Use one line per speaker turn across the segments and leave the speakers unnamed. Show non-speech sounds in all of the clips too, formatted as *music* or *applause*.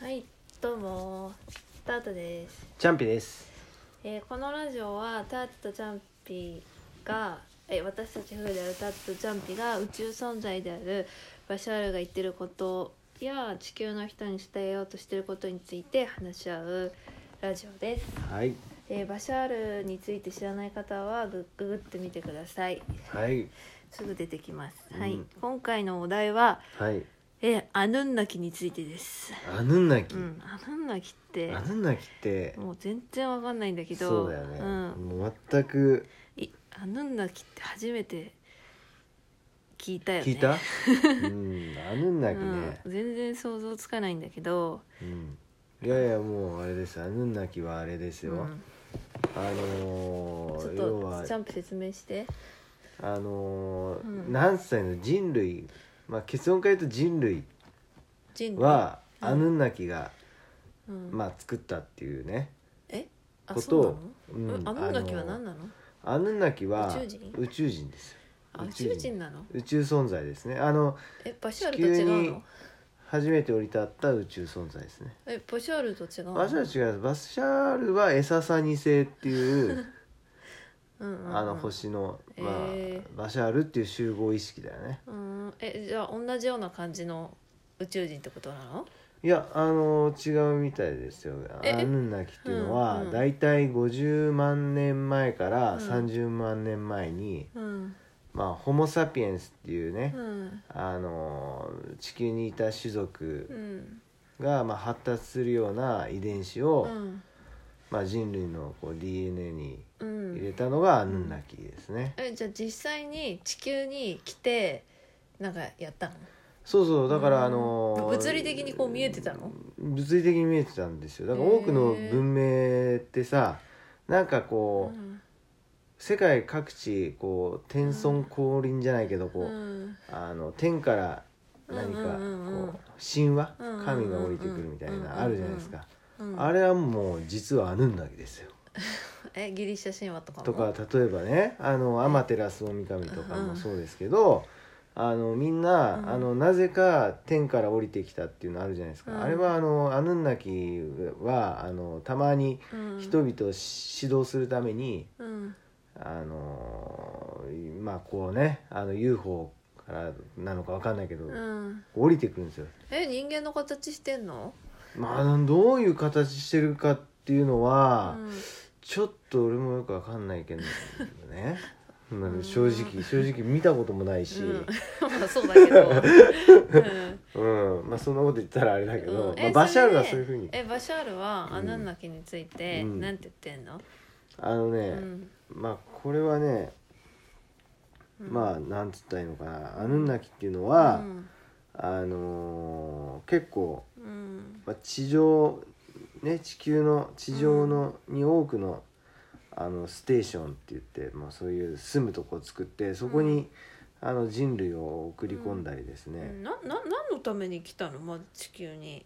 はいどうもタートです、
チャンピです。
えーこのラジオはタートとチャンピがえー私たち夫婦であるタートとチャンピが宇宙存在であるバシャールが言ってることや地球の人に伝えようとしてることについて話し合うラジオです、
はい。
えーバシャールについて知らない方はグググってみてください
はい。
すぐ出てきます、はい
うん
今回のお題は
はい。
えーアヌンナキについてです
アヌンナキ。
うん、アヌンナキって
アヌンナキって。
もう全然わかんないんだけど
そうだよね。
ん、
もう全く
いアヌンナキって初めて聞いたよね
聞
*laughs*
いた。うん、アヌンナ
う
キね
ん、。全然想像つかないんだけど
うん。いやいや、もうあれです。アヌンナキはあれですよ。
うん
あの
ちょっ
ー、要
と
は
ジ。ャンプ説明して
あのー
うん
何歳の人類。まあ、結論から言うと人類
人類、
は。
うん
アヌンナキが、
うん
まあ、作ったっていうね。
えあ
こ
そう
と
なの、
を
うん、アヌンナキは何
の
なの
アヌンナキは
宇宙人
宇宙人ですよ
あ宇宙人なの
宇宙存在ですねあの
えバシャールと違うの
初めて降り立った宇宙存在ですね
えバシャールと違うの
バシャールは違いますバシャールはエササニ星っ
*laughs*
ていう
うんうんうん、
あの星の、まあ
えー
バシャールっていう集合意識だよね
うんえじゃあ同じような感じの宇宙人ってことなの
いやあの違うみたいですよ
え
アヌンナキっていうのは、
うんうん
だいたい50万年前から
うん
30万年前に、
うん
まあホモ・サピエンスっていうね、
うん
あの地球にいた種族
うん
が、まあ、発達するような遺伝子を、
うん
まあ、人類のこう DNA に
うん
入れたのがアヌンナキですね、
えじゃあ実際に地球に来てなんかやったの
そうそうだから、
うん
あのー
物理的にこう見えてたの
物理的に見えてたんですよだから多くの文明ってさなんかこう、
ん
世界各地こう天孫降臨じゃないけどこう、
うん
あの天から何かこ
うんう
う、
んうんうん
神話、
うんうんうん
神が降りてくるみたい
うんうんうん
なあるじゃないですか、
うん
あれはもう実はアヌンナキですよ
えギリシャ神話とかも
とか例えばねあのアマテラスオオミカミとかもそうですけど、あのみんな、
うん
あのなぜか天から降りてきたっていうのあるじゃないですか、
うん
あれはあのアヌンナキはあのたまに
うん
人々をし指導するために、
うん
あのまあこうねあの UFO からなのかわかんないけど、
うん
降りてくるんですよ。
え人間の形してんの
まあ、どういう形してるかっていうのは、
うん
ちょっと俺もよくわかんないけど
*laughs*
ねまあ正直正直見たこともないし、
うん *laughs* まあそうだけど、
*laughs*
うん
うんまあ、そんなこと言ったらあれだけど、
うん
まあ、
え
バシャールは
そ
そう
れ
いう
で
ふうに
えバシャールはアヌンナキについて
うん
なんて言ってんの
あのね、
うん
まあこれはねまあなんつったらいいのかなアヌンナキっていうのは、
うん
あのー結構、
うん
まあ、地上ね地球の地上の、に多くのあのステーションって言って、まあ、そういう住むとこを作ってそこに、あの人類を送り込んだりですね、
なな何のために来たのまず地球に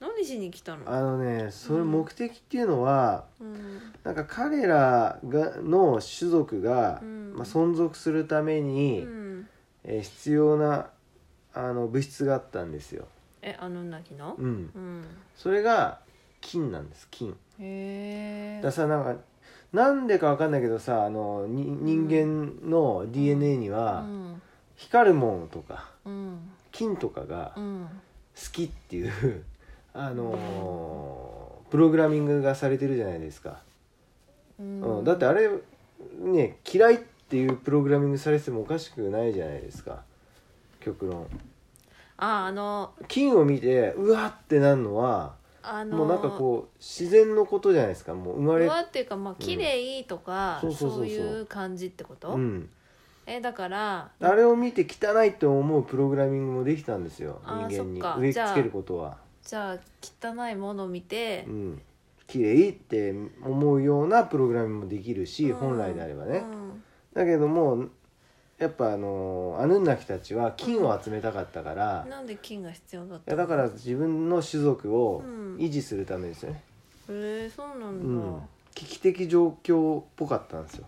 何しに来たの
あのねそうの
ん
目的っていうのは、
うん
なんか彼らがの種族が、
うん
まあ、存続するため
う
に、
ん、
えー必要なあの物質があったんですよ、
えアヌンナキの
うん、
うん
それが金なんです金
へえ
だからさなんかなんでかわかんないけどさあのに人間の DNA に
う
は、
ん
光るものとか
うん
金とかが
う
好
ん
きっていうあのープログラミングがされてるじゃないですか、
うん
うん、だってあれね嫌いっていうプログラミングされててもおかしくないじゃないですか極論
ああの
金を見てうわってなるのは
あの
もうなんかこう自然のことじゃないですかもう生ま
う
れ
わっていうかまあ綺麗とか、
そうそうそうそう
そういう感じってこと、
うん
えだから
あれを見て汚いと思うプログラミングもできたんですよ人
あー
間
そ
に
っか
植え
じゃあ
付けることは
じゃあ汚いものを見て
う、ん綺麗って思うようなプログラミングもできるし
うん
本来であればね、
うん
だけどもやっぱあのアヌンナキたちは金を集めたかったから、
なんで金が必要だっ
い
た
やだから自分の種族を
うん
維持するためですよね、
へえそうな
うん
だ、
ん危機的状況っぽかったんですよ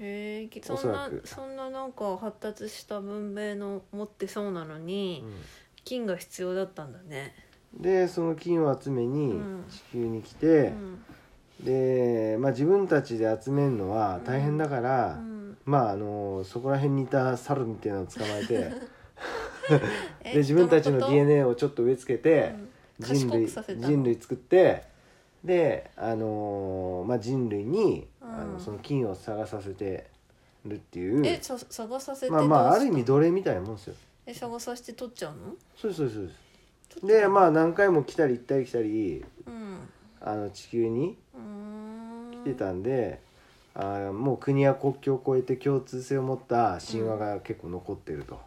へえそ
お
ん
そ
な
らく
そんななんか発達した文明の持ってそうなのに、金が必要だったんだね
でその金を集めに
うん
地球に来て
う、ん
で、まあ、自分たちで集めるのは大変だから、
うん
まああのそこら辺にいた猿みたいなのを捕ま
*laughs*
えて
え
で自分たち
ど
の
こと
DNA をちょっと植え付けて、
うん
人
賢
類
くさせたの
人類作ってであのーまあ、人類に、あ
う
の
ん
その金を探させてるっていう
えさ探させて
まあまあ
どう
あ
す
る意味奴隷みたいなもんですよ
え探させて取っちゃうの
そうですそうですそうです
取っちゃう
でまあ何回も来たり行ったり来たり
うん
あの地球に
うーん
来てたんで、あーもう国や国境を越えて共通性を持った神話が結構残ってると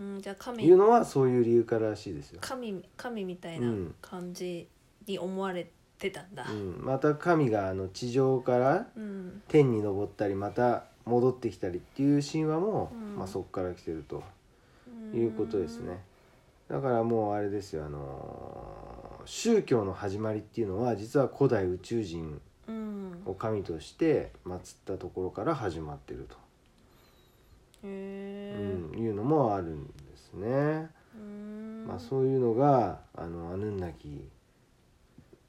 うんじゃあ神
いうのはそういう理由かららしいですよ、
神神みたいな
うん
感じに思われてたんだ
うん、また神があの地上から
うん
天に昇ったりまた戻ってきたりっていう神話も、
うん
まあ、そこから来てると
うん
いうことですねだからもうあれですよあのー宗教の始まりっていうのは実は古代宇宙人
うん
を神として祀ったところから始まってると、
へえ
うん、いうのもあるんですね、
うん
まあ、そういうのがあのアヌンナキっ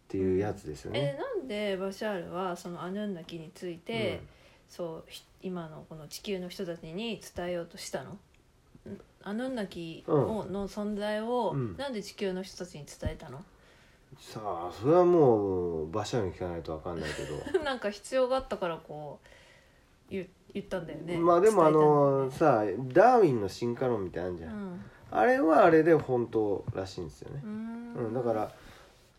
ていうやつですよ
え
ね、
なんでバシャールはそのアヌンナキについて、
うん
そうひ今のこの地球の人たちに伝えようとしたのんアヌンナキを、の存在を、
うん
なんで地球の人たちに伝えたの *laughs*
さあそれはもう馬車に聞かないと分かんないけど
なんか必要があったからこう言言ったんだよ *laughs* ね
まあでもあの
伝
さダーウィンの進化論みたいなのあんじ
え
ゃ
た
ん、
ん
あれはあれで本当らしいんですよ
だ
ね
よねう、ん
うんだから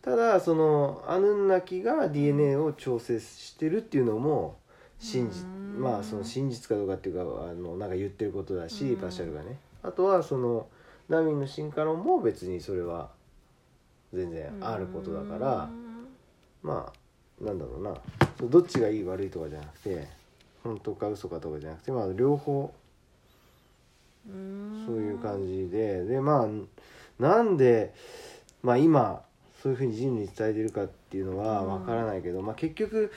ただそのアヌンナキが DNA を調整してるっていうのも真実
うん
まあその真実かどうかっていうかあのなんか言ってることだし
うん
バシャルがねあとはそのダーウィンの進化論も別にそれは全然あることだからまあなんだろうなどっちがいい悪いとかじゃなくて本当か嘘かとかじゃなくてまあ両方そういう感
じ
じででまあなんで、まあ、今そういうふうに人類に伝えてるかっていうのは
うん
わからないけど、まあ、結局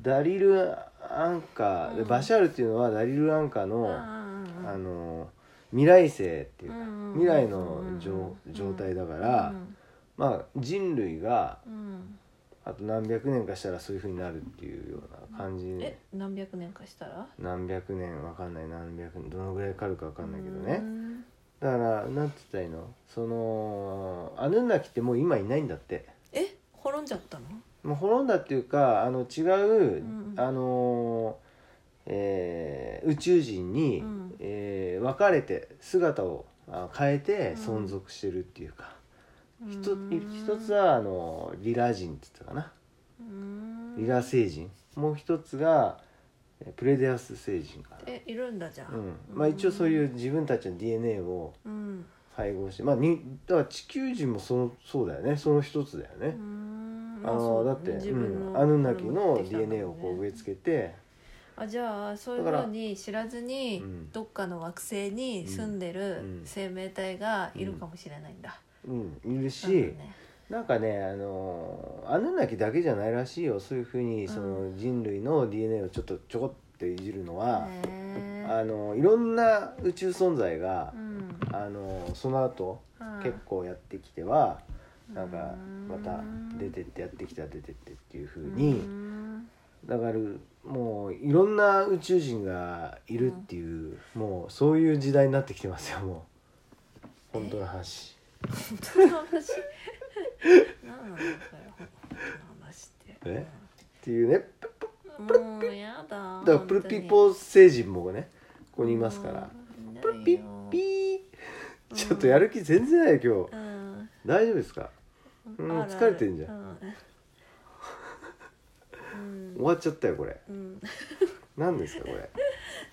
ダリル・アンカー、で
うん
バシャールっていうのはダリル・アンカーの,、あ
あ
の未来性っていうか、
うん
未来の状
うん
状態だから、まあ、人類が
うん
あと何百年かしたらそういうふうになるっていうような感じ
え
で、
何百年かしたら
何百年わかんない何百年どのぐらいかかるかわかんないけどね。
うん
だからなんて言ったらいいのそのアヌンナキってもう今いないんだって
え滅んじゃったの
もう滅んだっていうかあの違う、
うんうん
あのーえー宇宙人に、
うん
えー分かれて姿をあ変えて
うん
存続してるっていうか、ひ
う
と
ーん
一つはあのリラ人って言ったかな、
うーん
リラ星人もう一つがえープレデアス星人かな、
えいるんだじゃん
うんまあ、一応そういう自分たちの DNA を
うん
配合してまあにだから地球人もそのそうだよねその一つだよ
うー
ね、
ん
あ
まそ
の
う
だって、
自分
うん、
の
アヌンナキ
持っ
の
てきたんだもんね
DNA をこう植え付けて
あじゃあそういう
だから
ふうに知らずに、
うん
どっかの惑星に住んで
うん
る
うん
生命体がいるかもしれないんだ、
うんいるし、
そうだね
なんかねあのアヌンナキだけじゃないらしいよそういうふうにその人類の DNA をちょっとちょこっといじるのは、
へー
あのいろんな宇宙存在が
う、ん
あのその後
うん
結構やってきては、
うん
なんかまた出てってやってきた出てってっていうふうに。
うん
だからもういろんな宇宙人がいるっていう、もうそういう時代になってきてますよもう本当の話
本当の話何なんだよ本当の話って
えっていうね
もうやだ
だからプルピポ星人もねここにいますから
プ
プルピッピー *laughs* ちょっとやる気全然ないよ今日
うん
大丈夫ですかうん
あるある
疲れてんじゃん
うん
終わっちゃったよこれ
うんうん
何ですかこ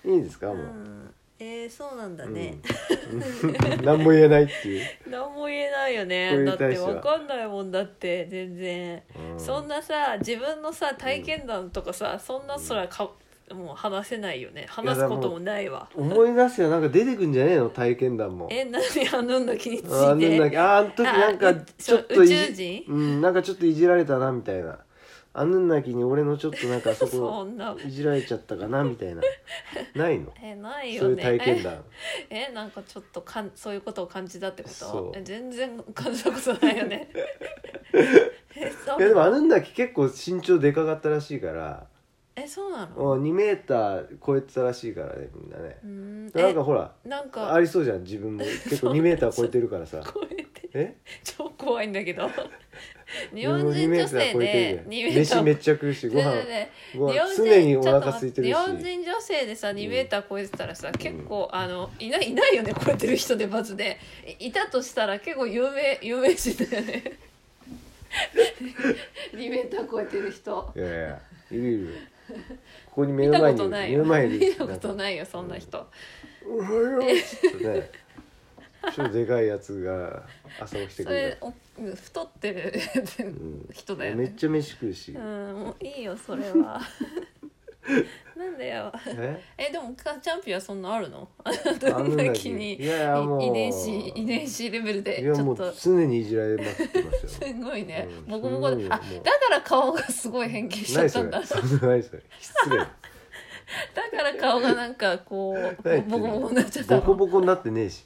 れいいですかも
う
うん
えー、そうなんだね、
うん *laughs* 何も言えないっていう、
何も言えないよ
これ
ね
に
だって
対しては
分かんないもんだって全然、
うん
そんなさ自分のさ体験談とかさ、そんなそらかもう話せないよね話すこともないわ
思い出すよなんか出てくんじゃねえの体験談も
え何あのんだ気につ
あ
い
なんだってけああの時なん
あ
か
う
ちょっとい
そう宇宙
じ
人
うんなんかちょっといじられたなみたいなアヌンナキに俺のちょっとなんか
*laughs*
そ
そ
こ
んない
じられちゃったかなみたいなないの
えない
そ
よ
う
ね
いう体験談
ええなんかちょっとかんそういうことを感じたってこ
そ
と
う
え全然感じたことないよ
*laughs*
ねえそう
いやでもアヌンナキ結構身長でかかったらしいから
えそうなの
2メーター超えてたらしいからねみんなね
うーん
な
え
んかほら
なんか
ありそうじゃん自分も結構
そう
2メーター超えてるからさ
超えて
え
超怖いんだけど日
俺
本
も2
人
メ
女
ーター
性
超えて
で
る
2
じ
メ
ゃん
ータ
飯
ー
めっちゃ食うしご
ね
飯
えねえ
ご
ねえ
飯
日本人
常にお
ちょっと
腹
待
空
っ
いてるし
日本人女性でさ2メーター超えてたらさ、結構あのいないいないよね超えてる人でバズでいいたとしたら結構有名有名人だよね
*laughs*
2メーター超えてる人
いやいやいるいるここに目
見
の
たこ
前に
と
いる
ない
目
よ
の前にい
見
る
たこと
い
ないよそんな人
おはようっつってね超でかいやつが朝起きて
そ
くる
れおうん太ってる *laughs*
うん
人だよ
めっ
ね
ちゃ飯食うし、
うんもういいよそれは *laughs* なんだよ
え
えでもかチャンピオンはそんなあるの
*laughs* あ
どん *laughs* な気に
いやいやもう
い遺伝子遺伝子レベルで
い
ち
やも
ょっ
う
とす
常にいじられまくってます
*laughs*
よ
ごいね、
うん
ボコボコであ
すごいよ
だか
もう
ら顔がすごい変形しちゃ
何
っ
そ
た
れ
んだだ
何それ失礼
から顔がなんかこ
何言
う
ってんの
ボコボコになっちゃった
ボコ
の
ボコになって
*laughs*
ねえし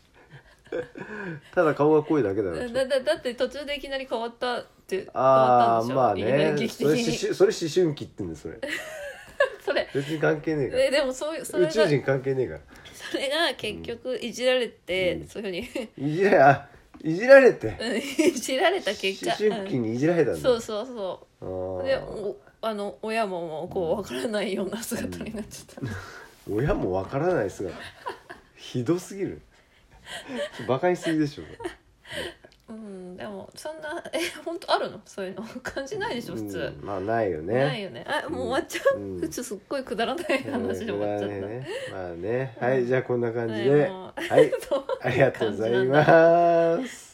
ただ顔が濃いだけだろちょっと
だだだって途中でいきなり変わったって変わったん
ああ
でしょ
まあ
いや
ね
劇的
そ
に
れ思
それ
春それ思春期って言うんだよそれ別に関係ねえ
えでもそういう
か
それが
ら宇宙人関係ねえか
それが結局いじられて、
うん
そういうふうに *laughs*
らいじらあいじられて
うんいじられた結
思
果
春期にいじられたん
う
だ
んそうそうそう
あー
でおあの親ももうこう分からないような姿になっちゃった、
親もわからない姿ひどすぎるバカにしすぎでしょ
うん、でもそんなえ本当あるのそういうの感じないでしょ普通、
うんまあないよね
ないよねあもう終わっちゃう、
う
うんちすっごいくだらない話で終わっちゃった、
ねまあねはいじゃあこんな感じ
はい
で
もう
はい
そう
ありがとうございます